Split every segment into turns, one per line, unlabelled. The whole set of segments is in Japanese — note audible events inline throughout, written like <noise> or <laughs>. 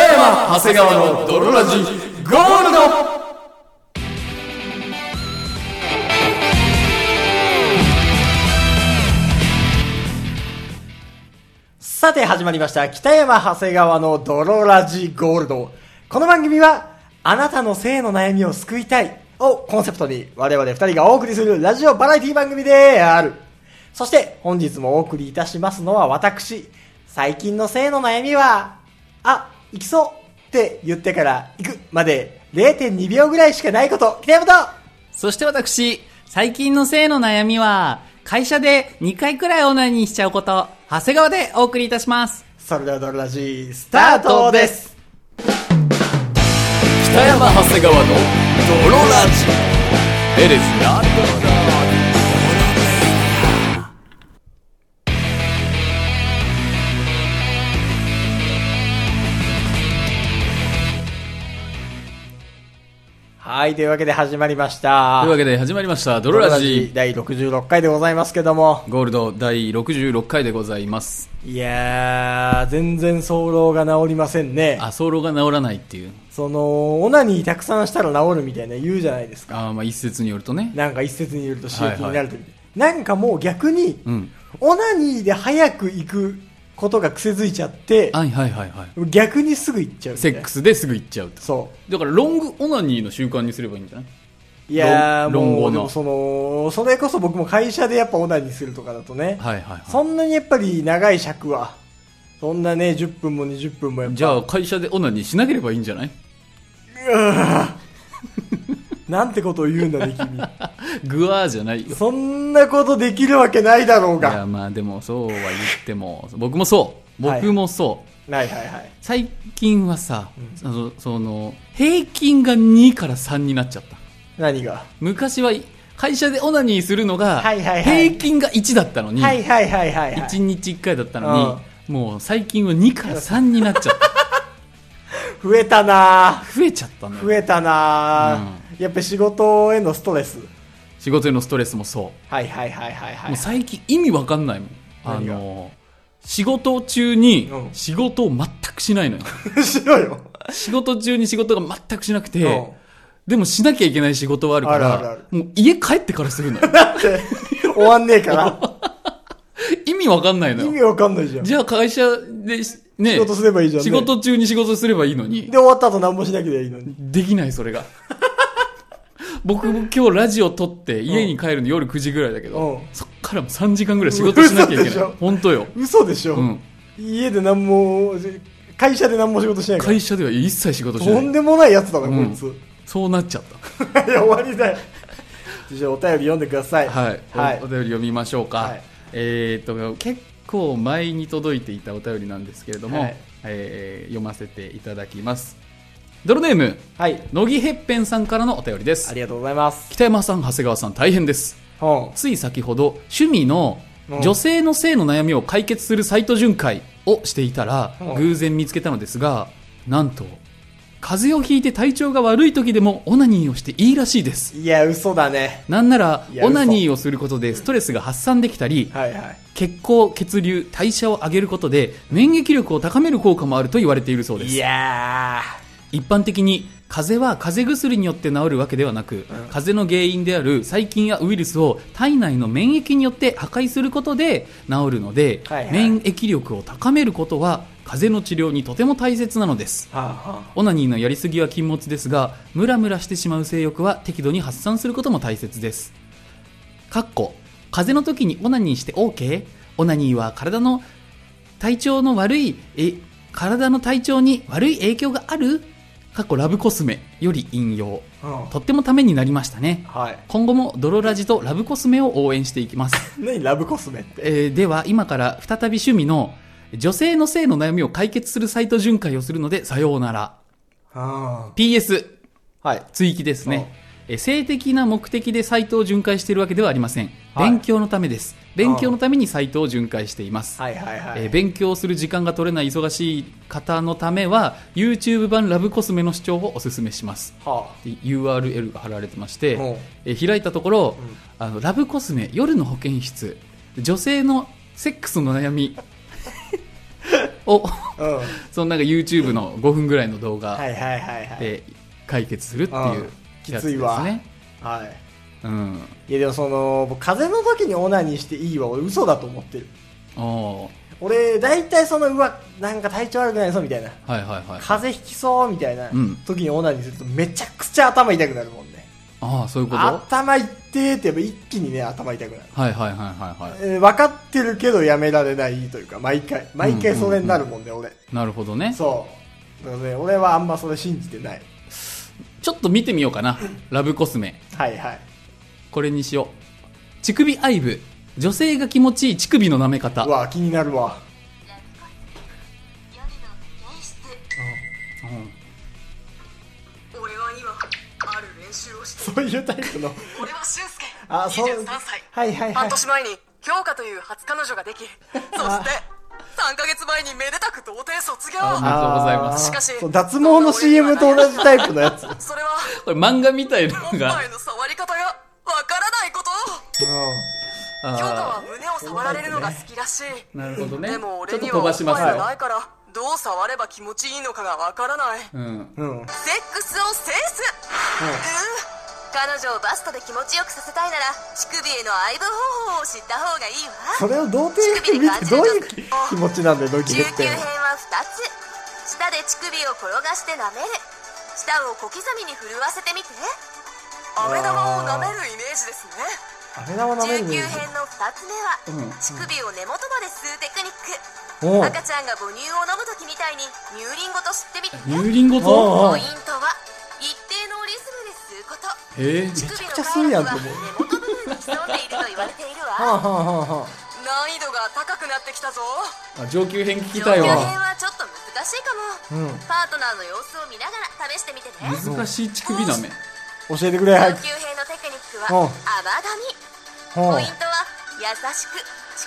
長谷川の泥ラジゴールド
さて始まりました北山長谷川の泥ラジゴールドこの番組はあなたの性の悩みを救いたいをコンセプトに我々二人がお送りするラジオバラエティ番組であるそして本日もお送りいたしますのは私最近の性の悩みはあ行きそうって言ってから行くまで0.2秒ぐらいしかないこと北山と
そして私、最近の性の悩みは、会社で2回くらいオナニーしちゃうこと、長谷川でお送りいたします。
それでは泥ラジスタートです
北山長谷川の泥ラジ It is not gonna
はいというわけで始まりました
というわけで始まりました、ド
ド
ロ
ロラ
ラ
ジ
ジ
第66回でございますけども。
ゴールド第66回でございます。
いやー、全然早漏が治りませんね。
あ、早漏が治らないっていう。
その、オナニーたくさんしたら治るみたいな言うじゃないですか。
あーまあ一説によるとね。
なんか一説によると刺激になるとみたいな、なんかもう逆に、
うん。
オナニーで早く行くことが癖づいちゃって、
はいはいはいはい。
逆にすぐ行っちゃうみた
セ
いな
ックスですぐ行っちゃうと。
そ。
だからロングオナニーの習慣にすればいいんじゃないう
いやー、
論
も
論語
う、
の
でもその、それこそ僕も会社でやっぱオナニーするとかだとね、
はいはいは
そんなにやっぱり長い尺は、そんなね、10分も20分もやっ
い。
ぱ
じゃあ会社でオナニーしなければいいんじゃないう
わぁなんてことを言うんだね、君。
グワーじゃないよ。
そんなことできるわけないだろう
いや
が。
まあでもそうは言っても、僕もそう。
はい
僕もそう。
はいはいはい。
最近はさ、そのその平均が2から3になっちゃった
何が
昔はい会社でオナニーするのが
はいはいはい
平均が1だったのに、
はいはいはいはい、は
1
い。
日1回だったのにもう最近は2から3になっちゃっ
<laughs>
た
増えたな
増えちゃった
ぁ増
のよ
えたなぁ、やっぱ仕事へのストレス。
仕事へのストレスもそう,、
はいはいはいはいはい
もう。最近意味わかんないもんあ
何が
の仕事中に
うん
仕事を全くし
<laughs>
ないのよ
しろよ。
仕事中に仕事が全くしなくて、
うん
でもしなきゃいけない仕事はあるから
あるあるあ
もう家帰ってからす
<laughs>
るのよ
だって、終わんねえ
<laughs>
から。
意味わかんないの
意
よ。
味わかんないじゃん。
<laughs> じゃあ会社でし、ね、
仕事すればいいじゃんね
仕事中に仕事すればいいのに
で、、終わった後何もしなければいいのに。
できないそれが。 <laughs> 僕も今日ラジオ撮って家に帰るの夜9時ぐらいだけ
う
ど
ん、
そっから3時間ぐらい仕事しなきゃいけ
嘘でし
ない
ょ。
本当よ。
嘘でしょ、
うん。
家で何も、会社で何も仕事しないから。
会社では一切仕事し
とん
ない。
でもないやつだな、
うん
こいつ。 <laughs>
そうなっちゃっ
いや、終わりだよ。じゃあ、お便り読んでください。
た。はい。
<laughs> はい
おお便り読みましょう
は
か
い。
えーっと、結構前に届いていたお便りなんですけれど
は
も
い、
えー読ませていただきます。ドロネーム、
はい。
乃木へっぺんさんからのお便りで
あ
す
りがとうございます。
北山さん長谷川さん大変です
うん。
つい先ほど趣味の
うん
女性の性の悩みを解決するサイト巡回をしていたら
うん
偶然見つけたのですがなんと風邪をひいて体調が悪い時でもオナニーをしていいらしいです
いや、嘘だね。
なんなら
いや
オナニーをすることでストレスが発散できたり
はいはい。
血行血流代謝を上げることで免疫力を高める効果もあると言われているそうです
いや
一般的に風邪は風邪薬によって治るわけではなく、風邪の原因である細菌やウイルスを体内の免疫によって破壊することで治るので、
はいはい
免疫力を高めることは風邪の治療にとても大切なのです
ー。はあ、は
オナニーのやりすぎは禁物ですがムラムラしてしまう性欲は適度に発散することも大切ですかっこ風邪の時にオナニーして OK? オナニーは体の体調の悪いえ体の体調に悪い影響があるかっこラブコスメより引用
あ。うん。
とってもためになりましたね
はい。
今後もドロラジとラブコスメを応援していきます
何、ラブコスメって。
えーでは今から再び趣味の女性の性の悩みを解決するサイト巡回をするのでさようなら
は
PS
あ。はい。
追記ですね、え性的な目的でサイトを巡回しているわけではありません、
はい
勉強のためです勉強のためにサイトを巡回しています、
はいはいはい。
えー勉強する時間が取れない忙しい方のためは YouTube 版ラブコスメの視聴をおすすめします
は
で URL が貼られてまして、
うん
えー開いたところ、あのラブコスメ
<laughs>
夜の保健室女性のセックスの悩みを
うん。はい
そのなんか YouTube の5分ぐらいの動
は
画
いはいはい。
で解決するっていう
うん
やつ
きつい
です
わ
ね。
はい。
うん。
いやでもその、僕風邪の時にオナニーしていいは俺嘘だと思ってる。
おー
俺、大体その、うわ、なんか体調悪くないぞみたいな。
はいはいはい。
風邪ひきそうみたいな
うん
時にオナニーするとめちゃくちゃ頭痛くなるもんね。
ああ、そういうことはい
頭痛えってやっぱ一気にね、頭痛くなる。
はいはいはいは
えー分かってるけどやめられないというか、毎回。毎回それになるもんね、俺。
い。なるほどね。
そう。だからね、俺はあんまそれ信じてない。
ちょっと見てみようかな。ラブコスメ。
はいはい。
これにしよう。乳首アイブ。女性が気持ちいい乳首の舐め方。
うわ、気になるわ。 <laughs>
夜の演出
うん
俺は今ある練習をしている
そういうタイプの。
俺は俊介
あそう
23歳
はいはいはい
半年前に京花という初彼女ができそして3ヶ月前にめでたく童貞卒業
ありがとうございます
しかし
そう脱毛の CM と同じタイプのや
<laughs>
つ。うん
それは
これ漫画みたいな
お
の
っぱ
が
い。の触り方がわからないこと京花は
あ
胸を触られるのが好きらしい
ーなるほどね。
で
ちょ
も
っ
俺
と
に
飛
はお
ば
っ
し
ぱい
ます
が
よ
ないからどう触れば気持ちいいのかがわからない
うん。
うん。
セックスを制す、うん、彼女をバストで気持ちよくさせたいなら乳首への愛撫方法を知った方がいいわ
それを童貞って見てどういう気気持ちなんだよ、ドキ
中
ドキっ
級
て
編。は2つ舌で乳首を転がして舐める舌を小刻みに震わせてみて飴玉を舐めるイメージですね
飴玉舐め
中
るの
級
いい
編
ね
の2つ目
うん
は乳首を根元まで吸うテクニック
おう
赤ちゃんが母乳を飲む時みたいに乳輪ごと吸ってみて
乳輪ご
おう
と
おう
ポイントは一定のリズムで吸うこと
へえ。
乳首
くちゃ吸うやん
の
と
回
思う
路は根元部分に潜んでいると言われている
はあはあ
わ
はあは
難易度が高くなってきたぞ
あ上級編聞き
上
たい
級編
わ。
はちょっと難しいかも、
うん
パートナーの様子を見ながら試してみてね
難しい乳首舐め。
あ。教えてくれ、
上
早く。
級編のテクニック
うん
は泡噛み
ほ
ポ
う
イントは優し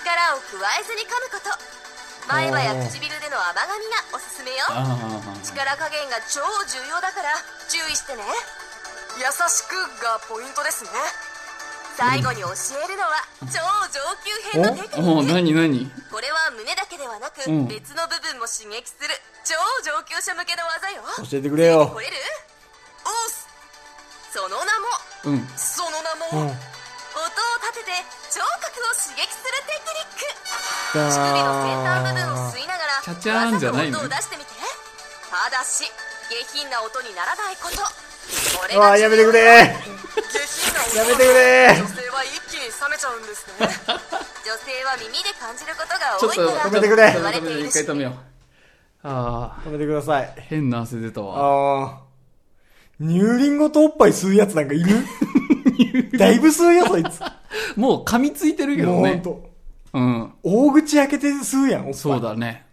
く力を加えずに噛むこと前歯や唇での泡噛みがおすすめよ
ああ。
力加減が超重要だから注意してね優しくがポイントですね最後に教えるのは超上級編のテク
おお
ニック
何何
これは胸だけではなく、
うん
別の部分も刺激する超上級者向けの技よ
教えてくれよ
こ。れるオースその名も
うん。
その名
うん
も、音を立てて聴覚を刺激するテクニ
だ
ック乳首の先端部分を吸いながら
ちゃちゃーんじゃないの
わざと音を出してみてただし下品な音にならないことこれ
うわ、
が
やめてくれ。
下品な
やめ
音
てくれ。
女性は一気に冷めちゃうんです
<laughs>
ね女性は耳で感じることが
ちょ
多
っ
い
と
から
止めてくれ
言われ
止めてく
てい
れ
る
一
し
回止めよう。ああ
止めてください。
変な汗出たわ。
ああ。乳輪ごとおっぱい吸うやつなんかい
<laughs>
るだいぶ吸うよ、そいつ。
<laughs> もう噛みついてるけど
もうほん
ね。
と。
うん。
大口開けて吸うやん、おっぱい。
そうだね。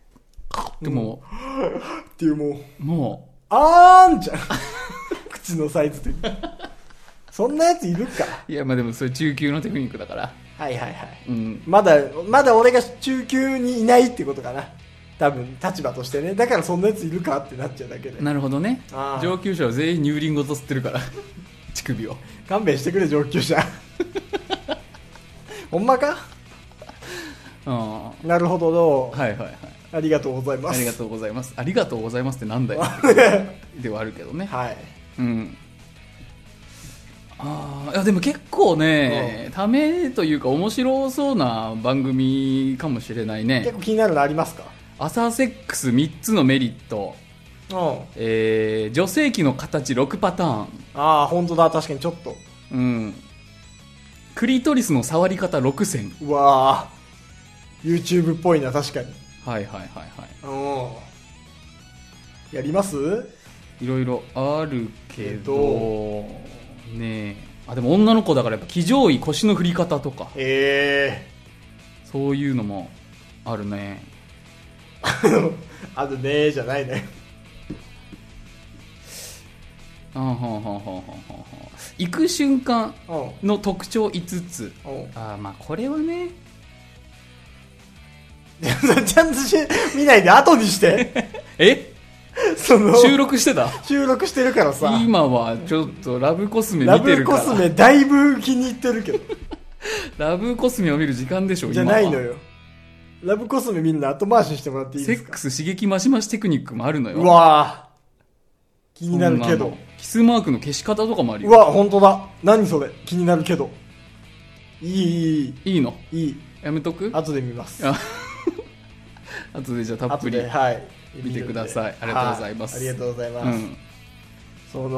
でも、
っていうもう、
も
あーんじゃん。 <laughs> 口のサイズというそんなやついるか。
う、いや、まあでもそれ中級のテクニックだから。
はいはいはい。
うん。
まだ、まだ俺が中級にいないってことかな。多分、立場としてね。だからそんなやついるかってなっちゃうだけで。
なるほどね
ああ。
上級者は全員乳輪ごと吸ってるから。 <laughs> 乳首を。
勘弁してくれ、上級
<laughs>
者。ほんまか
うん。は
なるほどど、
いうはいはい。
ありがとうございま
あ
す。
りがとうございます。ありがとうございますってなんだよ。ではあるけど
<laughs>
ね。
はい。
うん。ああ、いやでも結構ね、ためというか面白そうな番組かもしれない
結
ね。
構気になるのありますか
アサーセックス3つのメリット。
うん。
えー、女性器の形6パターン。
ああ、本当だ、確かにちょっと。
うん。クリトリスの触り方6選。
うわあ、YouTube っぽいな、確かに。
はいはいはいは
う
い。
ん。やります
いろいろあるけど、
け
ねえ。あ、でも女の子だからやっぱ気上位、腰の振り方とか、
え
そういうのもあるね。
えー。 <laughs> あるねーじゃないね。
あはんはんはんはんはんはん行く瞬間
うん。
の特徴5つ
うん。
あーまあこれはね
<laughs> ちゃんとし見ないで後に <laughs> して。
え
その、
収録してた
収録してるからさ。
今はちょっとラブコスメ
ラ
見て
ブ
る
コ
からラ
ス
ブコス
メ
メ
だい <laughs> ぶ気に入ってるけど。
を見る時間でしょ
じゃないの
今は
よ。ラブコスメみんな後回しにしてもらっていい
セ
です
ッ
か
クス刺激増し増しテクニックもあるのよ
うわぁ気
気
になるけど
キスマークの消し方とかもある
う
よ
わ本当だ何それ気になるけどいいい
いいの
いいいい
やめとく
後で見ます
あ <laughs> 後でじゃあたっ
後
ぷり
ではい
見てください
見るんで
ありがとうございます
はありがとうございます、
うん、
そ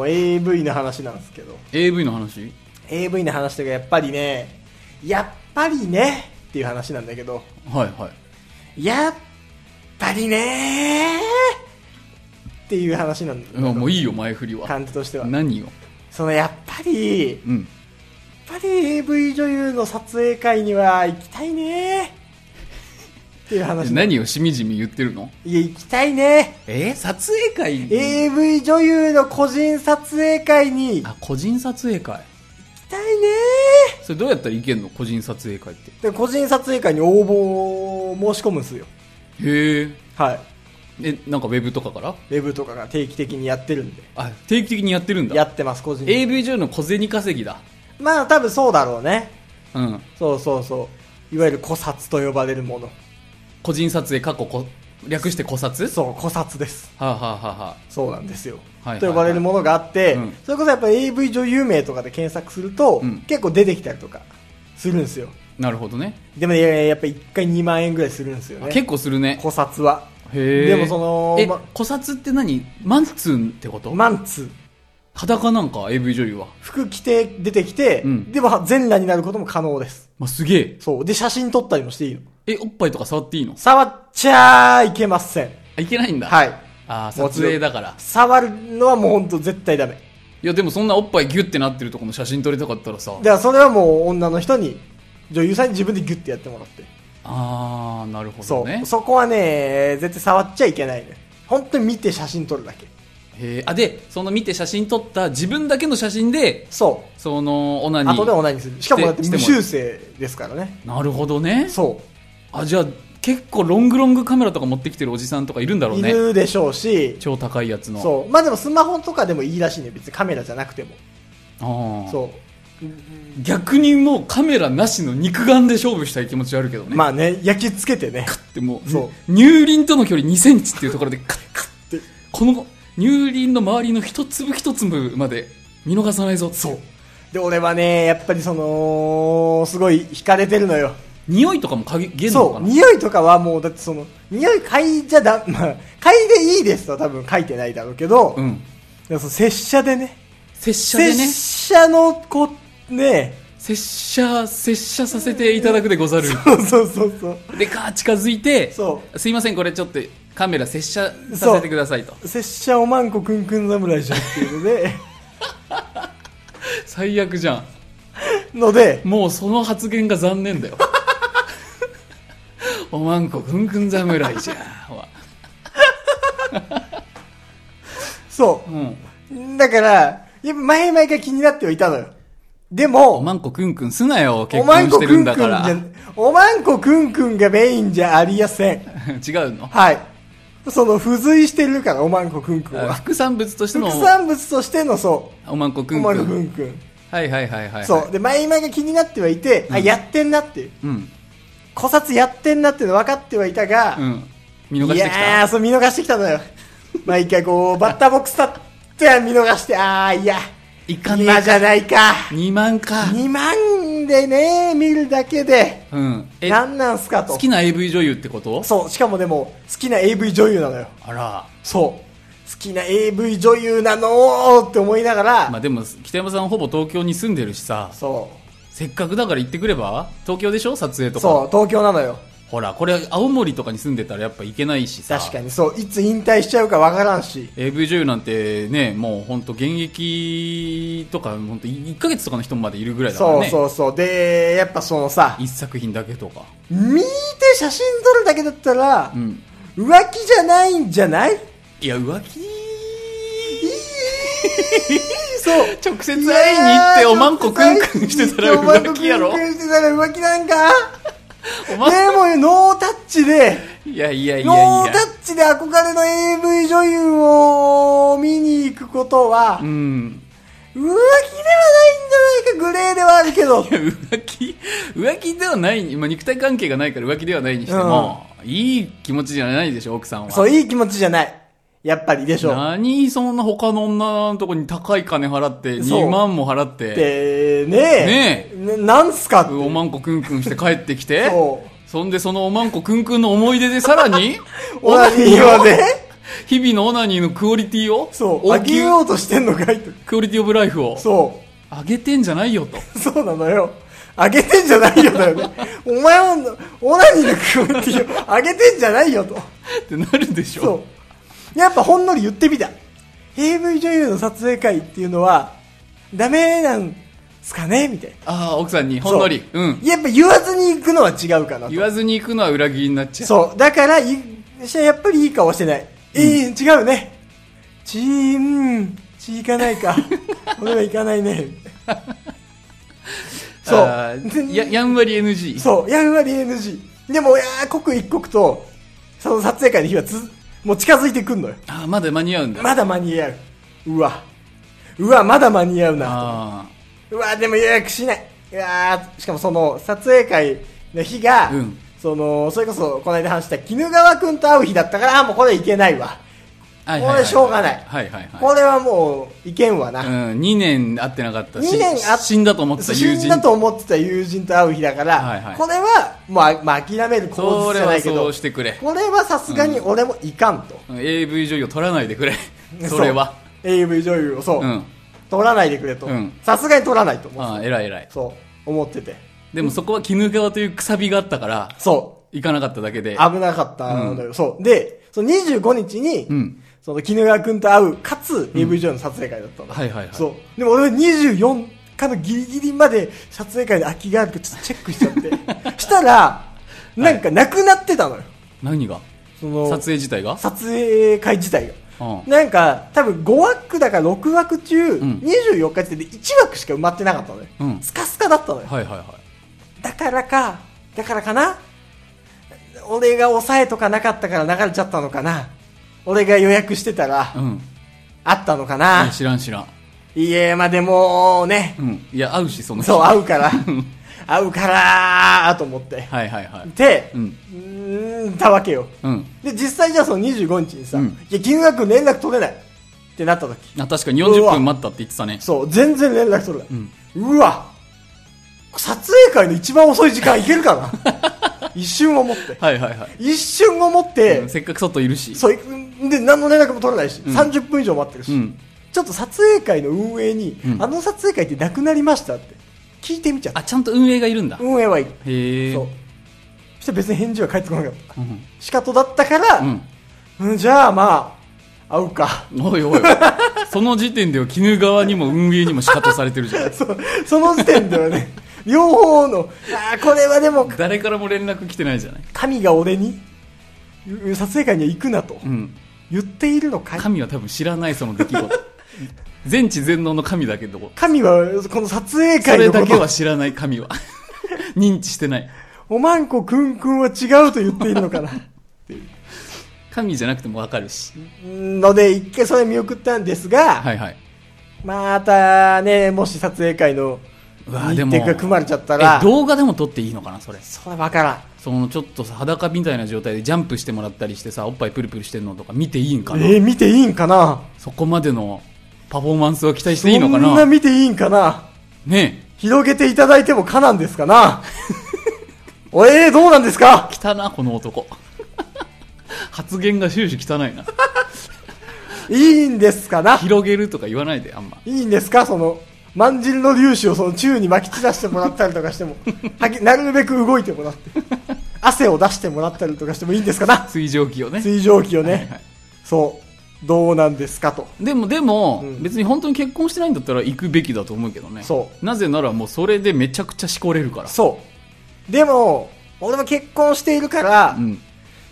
の AV の話なんですけど
AV の話
AV の話とかやっぱりねやっぱりねっていう話なんだけど
はいはい
やっぱりねっていう話なんだけ
うん
ど
もういいよ前振りは
感じとしては
何よ
そのやっぱり
うん
やっぱり AV 女優の撮影会には行きたいねっていう話
何をしみじみ言ってるの
いや行きたいね
え撮影会
AV 女優の個人撮影会に行
あ個人撮影会
きたいね
それどうやったらいけんの個人撮影会って
で個人撮影会に応募を申し込むんですよ
へえ
はい
えなんかウェブとかから
ウェブとかが定期的にやってるんで
あ定期的にやってるんだ
やってます個人
AV 上の小銭稼ぎだ
まあ多分そうだろうね
うん
そうそうそういわゆる古撮と呼ばれるもの
個人撮影過去こ略して小撮
そう古撮です
はあ、はあはあは
そうなんですよ、
はいはいはい
と呼ばれるものがあって、
うん
それこそやっぱ AV 女優名とかで検索すると、
うん
結構出てきたりとかするんですよ
あ、なるほどね
でもいやいややっぱ1回2万円ぐらいするんですよ
あ
ね
結構するね
古札は
へえ
でもその
え、
ま
小札って何マンツンってこと、
マンツー
裸なんか AV 女優は、
服着て出てきて、
うん
でも全裸になることも可能です
まあ、すげえ
そうで写真撮ったりもしていいの
えおっぱいとか触っていいの
触っちゃいけません
あいけないんだ
はいい
あー
も
撮
ちろん
影だから
触るのはもう本当絶対ダメ
いやでもそんなおっぱいギュってなってるとこの写真撮りたかったらさ
だからそれはもう女の人に女優さんに自分でギュッてやってもらって
ああなるほ
そ
ど
う
ね
そこはね、絶対触っちゃいけないね。本当に見て写真撮るだけ。
へえあでその見て写真撮った自分だけの写真で
そ
そのオナ
う。
ニー
後でオナニーする。しかもだって
して
無
しても
修正ですからね。
なるほどね
そ
あじゃあ結構ロングロングカメラとか持ってきてるおじさんとかいるんだろ
う。
う
い
ね
るでしょうし、
超高いやつのう
そう。まあでもスマホとかでもいいらしいね。別にカメラじゃなくても。
あー
そう。
逆にもうカメラなしの肉眼で勝負したい気持ちはあるけどね、
まあね、焼き付けてね。
でもう
そう
乳輪との距離2センチっていうところでカッカッってこの乳輪の周りの一粒一粒まで見逃さないぞそう
で、俺はね、やっぱりその、すごい惹かれてるのよ。
匂いとかも嗅げるの
そ
か
う。
な
匂いとかはもう、だってその、匂い嗅いじゃだ、まあ、嗅いでいいですとは多分書いてないだろうけど、
う、ん、
でもその拙者でね。
拙者でね
拙者の子ね
拙者拙者させていただくでござ
<laughs>
る
そうそうそうそう
でかー近づいて
そ
すいませんこれちょっとカメラ拙者させてくださいと
拙者おまんこくんくん侍じゃんっていうので <laughs>
最悪じゃん
ので
もうその発言が残念だ
<laughs>
よ。おまんこくんくん侍じゃんは。
そ
うん。
うだからやっぱ前々から気になってはいたのよで
お
も
まんこくんくんすなよ、結
おま
婚
んこ
して
く
るん
んくん
だ
じ
から。
ゃおまんこくんくんがメインじゃありやせん
違うの
はいその付随してるからおまんこくんくん
あ
は
副産物として
副
の
産物としてのそ
おまんこ
う
く
お
ん
ま
く
んこく
ん。
んくん
はいはいはいはい。
そうで前々から気になってはいて、あ
うん
やってんなっていう
う。うん。
古刹やってんなっていうの分かってはいたが、
うん。見逃して
い
き
やー
た。
そう見逃してきたのよ <laughs> 毎回こうバッターボックス立っては見逃してああいや
いかね
今じゃないか
え。2万か。
2万でね見るだけで
うん。え、
何なんすかと
好きな AV 女優ってこと
そうしかもでも好きな AV 女優なのよ
あら。
そう好きな AV 女優なのーって思いながら、
まあでも、北山さんほぼ東京に住んでるしさ、
そう
せっかくだから行ってくれば東京でしょ撮影とか。
そう東京なのよ
ほら、これ、青森とかに住んでたらやっぱ行けないしさ。
確かにそういつ引退しちゃうかわからんし
AV 女優なんてね、もう本当現役とか、本当1ヶ月とかの人までいるぐらいだから
そう
ね。
そうそうでやっぱそのさ
一作品だけとか。
見て写真撮るだけだったら、
うん。
浮気じゃないんじゃない
いや、浮気
そう。
<laughs> 直接会いに行っておまんこくんくんしてたら浮気やろ
おまんこくんくんしてたら浮気なんか
おまん
でもノータッチで、
いやいやいやい
ノー
や
タ。ッチで憧れの AV 女優を見に行くことは
う、ん。 <laughs>
浮気ではないんじゃないか、グレーではあるけど。
浮気浮気ではないに、まあ、肉体関係がないから浮気ではないにしても、いい気持ちじゃないでしょ奥さんは
そう、いい気持ちじゃない。やっぱりでしょ。
何そんな他の女のとこに高い金払って
そう
2万も払って
で、ねえ。
ね
ななんすかって。
おまんこくんくんして帰ってきて
そ
そんでそのおまんこくんくんの思い出でさ
<laughs>
らに
オナニーは
を
ね、
日々のオナニーのクオリティを
そう、
応
上げ
急
ようとしてんのかいと。
クオリティオブライフを
そ
上げてんじゃないよと
う、そうなのよ。上げてんじゃないよだよね。お前も、オナニーのクオリティを上げてんじゃないよと。
ってなるでしょ
そう。やっぱほんのり言ってみた。AV 女優の撮影会っていうのは、ダメなんすかねみたいな。
ああ奥さんにほんのり
そううんやっぱ言わずに行くのは違うかなと
言わずに行くのは裏切りになっちゃう
そう。だから、い、私はやっぱりいい顔してない。ええ違うね。ちー、うん、ちいかない
<laughs>
か。俺はいかないね。そ
あー
う。
ややんわり NG
そう。やんわり NG。でも、いやー、刻一刻と、その撮影会の日はつ、もう近づいてくんのよ。
あーまだ間に合うんだ
まだ間に合う。うわ。うわ、まだ間に合うな。
あ
うわ、でも予約しない。うわーしかもその、撮影会の日が、
うん
その、それこそ、この間話した、絹川くんと会う日だったから、あーもうこれいけないわ。
あ、はい
これしょうがない
はいはいはい、
これはもう、いけんわな。
うん、2年会ってなかったし
二年あ
死んだと思ってた友人
死んだと思ってた友人と会う日だから、
はいはい
これは、まあ、まあ、諦める構
そ
図
れ
じゃな
はい
けど、
そうしてくれ
これはさすがに俺もいかんと。
AV 女優を取らないでくれそれは
そう。AV 女優をそう、
うん
取らないでくれと
うん。
さすがに取らないと思う。
ああ偉い偉い
そう、思ってて。
でもそこは絹川というくさびがあったから
そう。
行かなかっただけで
危なかったのよ、そう。で、その25日に、
うん
その、絹川くんと会う、かつ、AV 上の撮影会だったの。
はいはいはい
そう。でも俺は24日のギリギリまで撮影会で空きがあるかちょっとチェックしちゃって。 <laughs> したら、なんかなくなってたのよ。
何が
その、
撮影自体が
撮影会自体が。
うん
なんか、多分5枠だから6枠中、
ん
24日時点で1枠しか埋まってなかったのよ。
うん
スカスカだったのよ。
はいはいは
だからか、だからかな俺が抑えとかなかったから流れちゃったのかな俺が予約してたら
い、うん
あったのか
いや
な
知らん知らん
いいえ、まあでもね
う、んいや会うしその日
そう、合うから、合うからーと思って。
はいはいはい
で、う
うん
ーん、たわけよ。
うん
で、実際じゃあその25日にさ、
うん
いや、金額連絡取れないってなった時。
あ確かに
う
40
わ
分待ったって言ってたね
そう、全然連絡取れない。うわ撮影会の一番遅い時間いけるか
<laughs>
な一瞬思って。
はいはいはい
一瞬思って、
うんせっかく外いるし
そういで何の連絡も取れないし、30分以上待ってるし、
うん
ちょっと撮影会の運営に、
うん
あの撮影会ってなくなりましたって聞いてみちゃった
あちゃんと運営がいるんだ
運営はいい
へえ
そうそして別に返事は返ってこなかった
うん
仕方だったから、
う
うんんじゃあまあ会うか <laughs>
おいおい <laughs> その時点では絹川にも運営にも仕方されてるじゃん
そうその時点では
<laughs>
ね両方のあーこれはでも
誰からも連絡来てないじゃない、
神が俺にう撮影会には行くなと
うん、
言っているのかい
神は多分知らないその出来
<laughs>
事全知全能の神だけど
神はこの撮影
そ
会
れ
のこと
だけは知らない神は <laughs> 認知してない
おまんこくんくんは違うと言っているのかな
神じゃなくても分かるし
<laughs> ので、一回それ見送ったんですが、
はいはい
またね、もし撮影会の
うわ
日
でも
程が組まれちゃったら
え、動画でも撮っていいのかなそれ
それわからん。
そのちょっとさ裸みたいな状態でジャンプしてもらったりしてさおっぱいプルプルしてんのとか見ていいんかな、
えー見ていいんかな
そこまでのパフォーマンスを期待していいのか
そんな
な
見ていいんかな
ね
広げていただいてもかなんですかな <laughs> おえー、どうなんですか
え汚なこの男発言が終始汚いない
いんですかな
広げるとか言わないであんま
いいんですかその、まんじるの粒子をその宙に撒き散らしてもらったりとかしても、はきなるべく動いてもらって、汗を出してもらったりとかしてもいいんですかな
水蒸気をね
水蒸気を
はい
ね、
はい
そう、どうなんですかと。
でもでも、
ん
別に本当に結婚してないんだったら行くべきだと思うけどね
そ
なぜならもうそれでめちゃくちゃしこれるから
そう。でも、俺も結婚しているから、
ん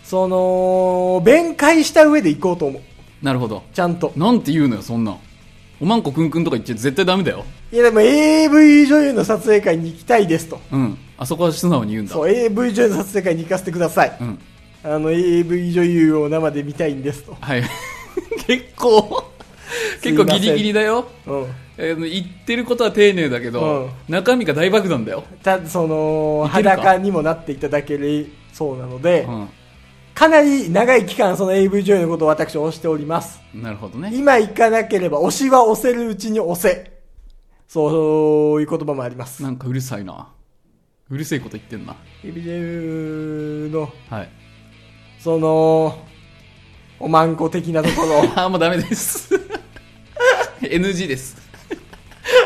その、弁解した上で行こうと思う。
なるほど
ちゃんと。
なんて言うのよそんなんおまんこくんくんとか言っちゃ絶対ダメだよ
いやでも AV 女優の撮影会に行きたいですと。
うんあそこは素直に言うんだ
そう、AV 女優の撮影会に行かせてください。
ん
あの、AV 女優を生 <laughs> で見たいんですと。
はい結構結構ギリギリだよ
うん。
ええー言ってることは丁寧だけど、
う
中身が大爆弾だよ、
たその
いけるか
裸にもなっていただけるそうなので、
う
かなり長い期間その AV 女優のことを私推しております
ん、なるほどね
今行かなければ推しは推せるうちに推せそういう言葉もあります
なんかうるさいなうるせえこと言ってんな
AV 女優の
はい <laughs>
そのおまんこ的なと
<laughs>
ころ
あーもうダメです <laughs> NG です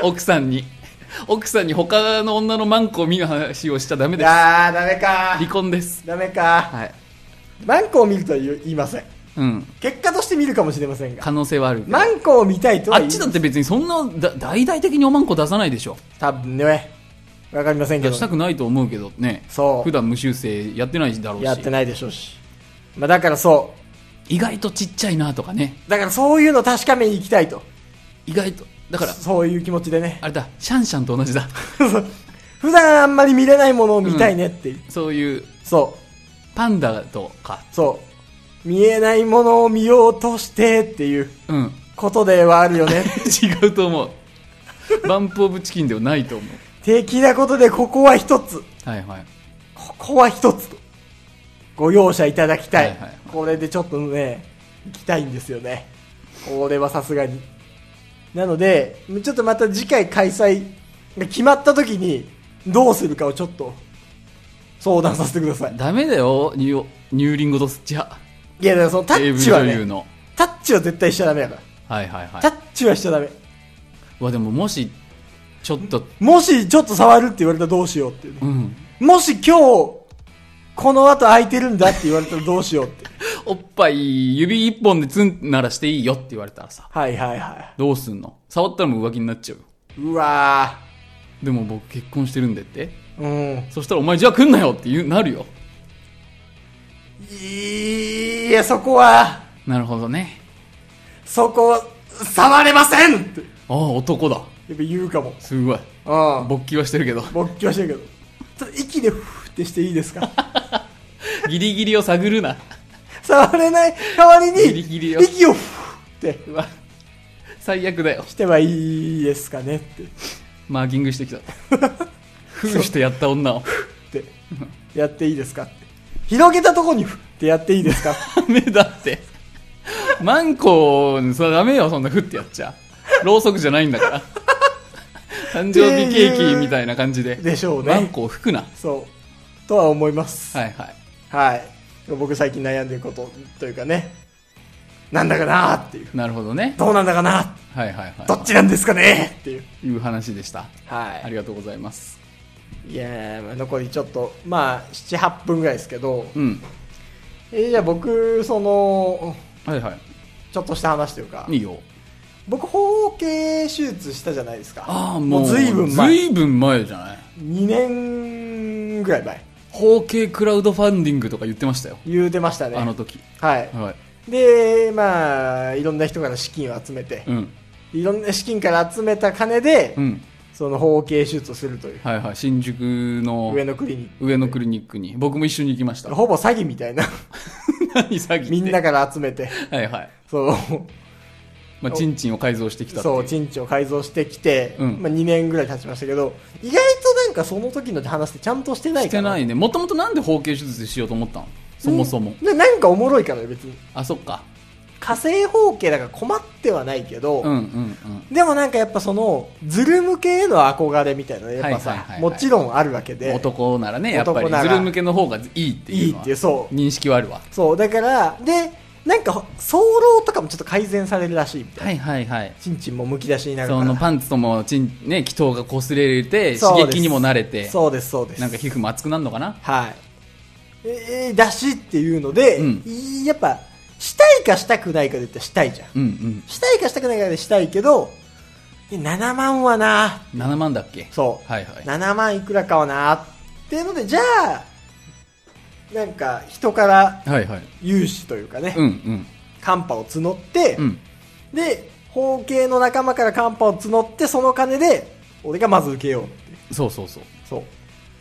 奥さんに奥さんに他の女のマンコを見る話をしちゃダメ
い
です
やーダメか
離婚です
ダメか
はい
マンコを見るとは言いません
うん
結果として見るかもしれませんが
可能性はあるけど
マンコを見たいと
あ
は
っ
言い
ちだって別にそんなだ大々的におまんこ出さないでしょ
多分ねわかりませんけ
出
ど
したくないと思うけどね
そう
普段無修正やってないだろうし
やってないでしょうし、まあ、だからそ
意外とちっちゃいなとかね
うだからそういうの確かめに行きたいと
意外とだから
そういう気持ちでね
あれだシャンシャンと同じだ <laughs>
普段あんまり見れないものを見たいねっていう、
そういう
そ
パンダとか
うそう見えないものを見ようとしてっていう
うん <laughs>
ことではあるよね
違うと思うバンプ・オブ・チキンではないと思う
的なことでここは一つ
はいはい
ここは一つとご容赦いただきたい、
はいはい
これでちょっとね行きたいんですよねこれはさすがになのでちょっとまた次回開催が決まった時にどうするかをちょっと相談させてください
ダメだよニュニューリンゴとスチャ
いやだからそのタッ
AV
チは
女優
ね
の
タッチは絶対しちゃダメだから、
はいはいは
タ
い
ッチはしちゃダメ
わでももしちょっと
もしちょっと触るって言われたらどうしようっていうね、
うん
もし今日この後空いてるんだって言われたらどうしようって <laughs>
おっぱい指一本でツンならしていいよって言われたらさ
はいはいは
どうすんの触ったらもう浮気になっちゃうよ
いうわ
でも僕結婚してるんでって
ーうん
そしたらお前じゃあ来んなよって言うなるよ
いや、そこは、
なるほどね
そこ、触れませんって、や
ああ男だ
っぱ言うかも。
すご
う
い
ん。
勃起はしてるけど
勃起はしてるけど。ちょっと息でふーってしていいですか
<laughs>
<laughs>
ギリギリを探るな
触れない代わり
ギリギリ
に
よ、
息をふーって
<laughs> うわ最悪だよ
してはいいですかねって、
マーキングしてきた <laughs> ふうしてやった女を
って、やっていいですかって。広げたとこにふーってやっていいですか
ダメだってマンコそれダメよそんなふってやっちゃろうそくじゃないんだ <laughs> から誕生日ケーキみたいな感じで
でしょう
マン
ね。
コを吹くな
そう。とは思います。
はいはい
はい。僕最近悩んでることというかね、なんだかなーっていう。
なるほどね
どうなんだかなー
はいはいはい
どっちなんですかねっていう。
いう話でした
はい。
ありがとうございます
いやー、まあ残りちょっと、まあ、7、8分ぐらいですけど、
うん
えーじゃあ僕、その、
はいはい
ちょっとした話というか
い、いよ
僕、包茎手術したじゃないですか。
ああもう
ずいぶん前。
随分前じゃない
2年ぐらい前。
包茎クラウドファンディングとか言ってましたよ
言うてましたね。
あの時
はい。
はい
で、まあ、いろんな人から資金を集めて
う、ん
いろんな資金から集めた金で、
うん
その包茎手術をするという、
はいはい新宿の
上のクリニック。
上野クリニックに僕も一緒に行きました
<laughs> ほぼ詐欺みたいな、
何詐欺って
みんなから集めて、
はいはい
その、
まあチンチンを改造してきたってい
そう、チンチンを改造してきて、
うん
まあ、2年ぐらい経ちましたけど、意外となんかその時の話ってちゃんとしてない
し
か
て
ら。
ないねもともとなんで包茎手術しようと思ったのそもそも、
ななんかおもろいからよ、別に。
あそっか
火星方形だから困ってはないけど、
うんうんうん
でもなんかやっぱその、ズル向けへの憧れみたいなのやっぱさ、
はいはいはいはい
もちろんあるわけで、
男ならねやっぱ
男
り
なら
ズル向けの方がいいって
い
いう
い
のは
っていう、そう。
認識はあるわ
そう、だから、で、なんか、早漏とかもちょっと改善されるらしいみたいな。
はいはいはい
チンチンもむき出しになるから。
<laughs> そのパンツともちん、ね、気筒が擦れて
そうです
刺激にも慣れて
そうです、そうです。
なんか皮膚も熱くなるのかな
はい。えー、だしっていうので、
うん
いやっぱ、したいかしたくないかで言ったらしたいじゃん。
うん
したいかしたくないかでしたいけど、いや7万はな、
うん7万だっけ
そう、
はいはい
7万いくらかはな、っていうので、じゃあ、なんか人から
はいはい
融資というかね、
うんうん
カンパを募って、
うん
で、法系の仲間からカンパを募って、その金で、俺がまず受けようっていう。
そうそうそう
そう。っ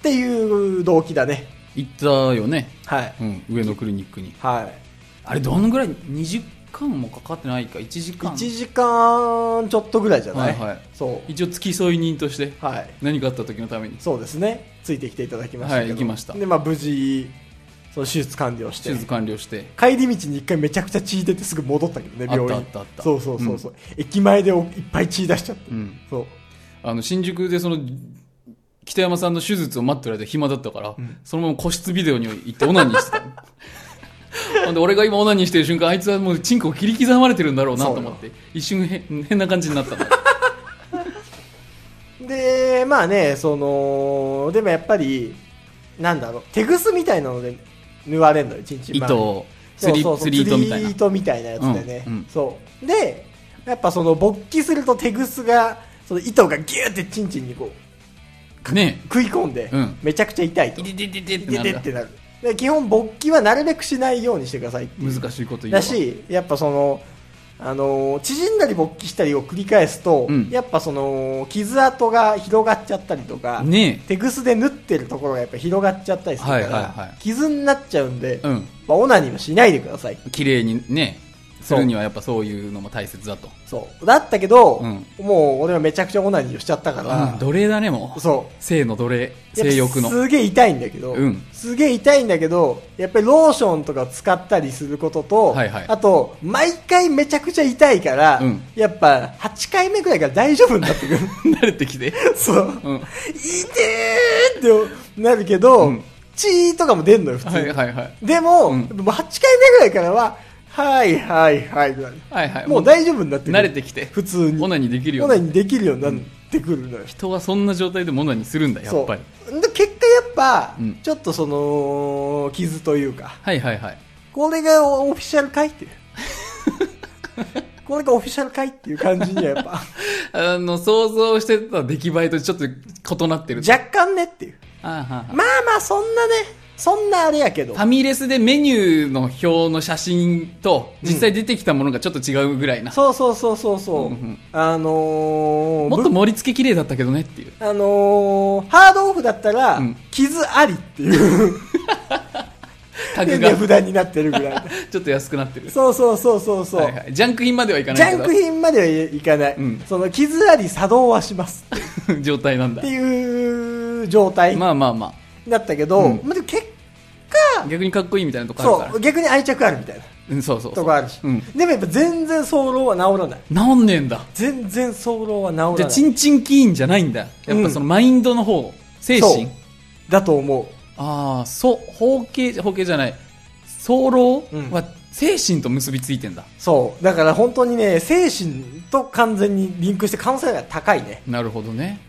ていう動機だね。
行ったよね、
はい。
うん、上のクリニックに
はい。
あれどのぐらい20間もかかってないか1時間
1時間ちょっとぐらいじゃない、
はいはい
そ
一応付き添い人として
うはい
何かあった時のために
そうですねついてきていただきましたけど
はい行きました
で、まあ、無事その手術完了して
手術完了して
帰り道に一回めちゃくちゃ血出てすぐ戻ったけどね病院
あったあったあった
そうそうそうそう、駅前でおいっぱい血出しちゃって、
うん
そう
あの新宿でその北山さんの手術を待ってる間暇だったから、そのまま個室ビデオに行ってオナニーしてた
<laughs>
のほんで俺が今オナニーしてる瞬間あいつはもうチンコを切り刻まれてるんだろうなと思って一瞬へ変な感じになったの
でまあねそのでもやっぱりなんだろう手ぐすみたいなので縫われんのよ一日前
<laughs> 糸を釣り
そうそうそう
釣り糸みたいな
釣り糸みたいなやつでね、
うんうん
そうでやっぱその勃起すると手ぐすがその糸がギューってチンチンにこう
ね
食い込んで、
うん
めちゃくちゃ痛い
え
と
いててててって
で
な
で
る
っ
ん
て
だ
なるで基本勃起はなるべくしないようにしてくださいっていう
難しいこと言うわ
だしやっぱそのあのー縮んだり勃起したりを繰り返すと、
うん
やっぱその傷跡が広がっちゃったりとか、
ね
手ぐすで縫ってるところがやっぱ広がっちゃったりするから、
はいはいはい
傷になっちゃうんで、
えうん
まあ、オナニーはしないでください
綺麗にねす
そう
るにはやっぱそういうのも大切だと
そうだったけど、
うん
もう俺はめちゃくちゃオナニーをしちゃったから、
うん奴隷だねもう
そう
性の奴隷
やっぱ
性欲の
すげえ痛いんだけど、
うん
すげえ痛いんだけどやっぱりローションとか使ったりすることと、
はいはい
あと毎回めちゃくちゃ痛いから、
うん
やっぱ8回目ぐらいから大丈夫になって
<laughs>
くる
<laughs> 慣れてきて
そう、
うん
痛えーってなるけど、
うん
チーとかも出んのよ普通に、
はいはいはい
でも、
うん
もう8回目ぐらいからははいはいはいぐらい
はいはい
もう大丈夫になってくる
慣れてきて
普通に
オナニーできるよう
オ
に
ナニーできるようになってくるのよ、
人はそんな状態でモナにするんだやっぱり
そうで結果やっぱ、
うん
ちょっとその傷というか
はいはいはい
これがオフィシャルかいっていうこれがオフィシャルかいっていう感じにはやっ
<laughs>
ぱ
あの想像してた出来栄えとちょっと異なってる
若干ねっていう
あーはーはー
まあまあそんなねそんなあれやけど
ファミレスでメニューの表の写真と実際出てきたものがちょっと違うぐらいな、
そうそうそうそうそう、
うんうん
あのー、
もっと
ぶ
盛り付け綺麗だったけどねっていう
あのー、ハードオフだったら、
うん
傷ありっていう
タグが <laughs>
値札になってるぐらい
ちょっと安くなってる
そうそうそうそうそう、
はいはい、ジャンク品まではいか
ジ
ない
ャ
け
ン
ど
ク品まではいかない、
うん
その傷あり作動はします
品 <laughs> 状態なんだ
っていう状態
まあまあま
だったけど、
うん
まあ、でも結
あ逆にかっこいいみたいなとこあるから
そう逆に愛着あるみたいな
うんそうそうそう
とこあるし、
うん、
でもやっぱ全然早漏は治らない
治んねえんだ
全然早漏は治らない
じゃあチンチンキーンじゃないんだやっぱそのマインドの方精
そ
神
うだと思う
ああそう包茎包茎じゃない早漏
うん
は精神と結びついてんだ、
そうだから本当にね精神と完全にリンクして可能性が高いね
なるほどね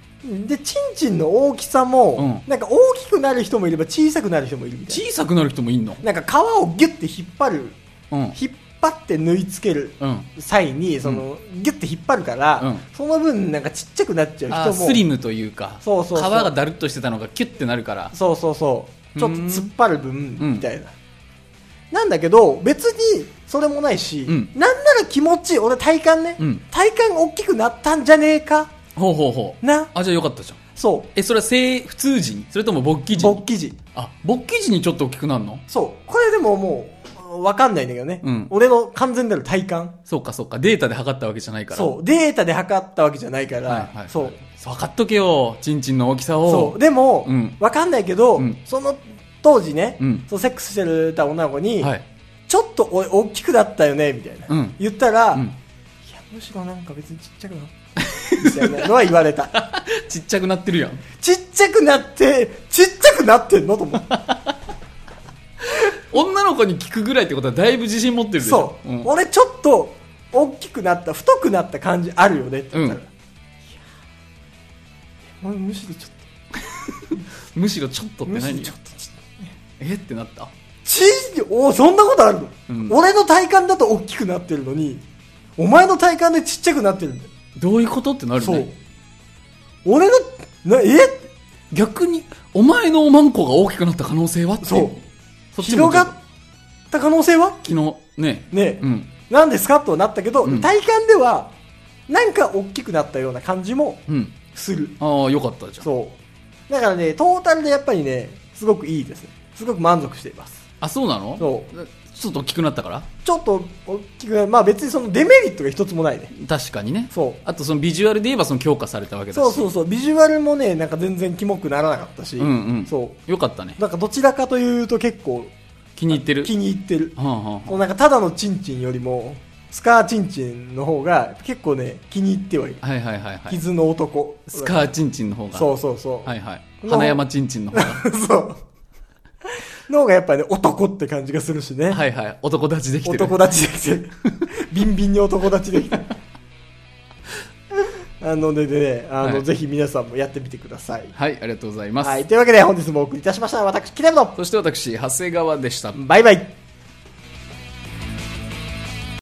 でチンチンの大きさも、
う
なんか大きくなる人もいれば小さくなる人もいるみたい
小さくなる人もいんの
ななんか皮をギュッて引っ張る
うん
引っ張って縫い付ける
うん
際にその、ギュッて引っ張るから、
うん
その分なんかちっちゃくなっちゃう
あー
人も
スリムというか
そうそうそう
皮がだるっとしてたのがキュッてなるから
そうそうそうちょっと突っ張る分
うん
みたいな、なんだけど別にそれもないし、
うん
なんなら気持ちいい俺体感ね、
うん
体感大きくなったんじゃねえか
ほうほうほう
な
あじゃあよかったじゃん
そ
えそれは性普通時にそれとも勃起
う
時に
勃起時
あ勃起時にちょっと大きくなるの
そうこれでももうわかんないんだけどね、
うん
俺の完全なる体感
そうかそうかデータで測ったわけじゃないから
そうデータで測ったわけじゃないから、
はいはいはい、
そう
分かっとけよちんちんの大きさを
そうでも、
うん
わかんないけど、
うん
その当時ね、
うん
そうセックスしてた女の子に、
はい
ちょっとお大きくなったよねみたいな、
うん
言ったら、
う
い
ん、
やむしろなんか別にちっちゃくなみたいなのは言われた <laughs>
<laughs> ちっちゃくなってるやん
ちっちゃくなってちっちゃくなってんのと思って
女の子に聞くぐらいってことはだいぶ自信持 <laughs> ってるでしょ
そう、
ん
俺ちょっと大きくなった太くなった感じあるよねって言ったら、
うん
いやむしろちょっ
むしろちょっと
と
って
むしろ
何
ち
よ
ょっとち
えってなった
ちおそんなことあるの、
うん
俺の体感だと大きくなってるのにお前の体感でちっちゃくなってるんだよ、
どういうことってなる
そう
ね
俺のなえ
逆にお前のおまんこが大きくなった可能性はって
そう
そっちも
広がった可能性は
昨日ね
ね、
うん
なんですかとなったけど、
うん
体感ではなんか大きくなったような感じも
うん
する
ああよかったじゃん
そうだからねトータルでやっぱりねすごくいいですねすごく満足しています
あそうなの
そう
ちょっと大きくなったから
ちょっと大きくなまあ別にそのデメリットが一つもないね
確かにね
そう
あとそのビジュアルで言えばその強化されたわけだし
そうそうそうビジュアルもねなんか全然キモくならなかったし、
うんうん
そ
よかったね
うなんかどちらかというと結構
気に入ってる
気に入ってる
はんはんはん
こうなんかただのチンチンよりもスカーチンチンの方が結構ね気に入ってはいる、
はいはいはいはい
傷の男
スカーチンチンの方が
そうそうそう、
はいはい
の
花山チンチンの方が
<laughs> そうの方がやっぱりね男って感じがするしね、
はいはい男立ちできてる
男立ちできて
<laughs>
るビンビンに男立ちできてるあのででねあの、
はい
ぜひ皆さんもやってみてください
はいありがとうございます、
はいというわけで本日もお送りいたしました私キレムの
そして私長谷川でした
バイバイ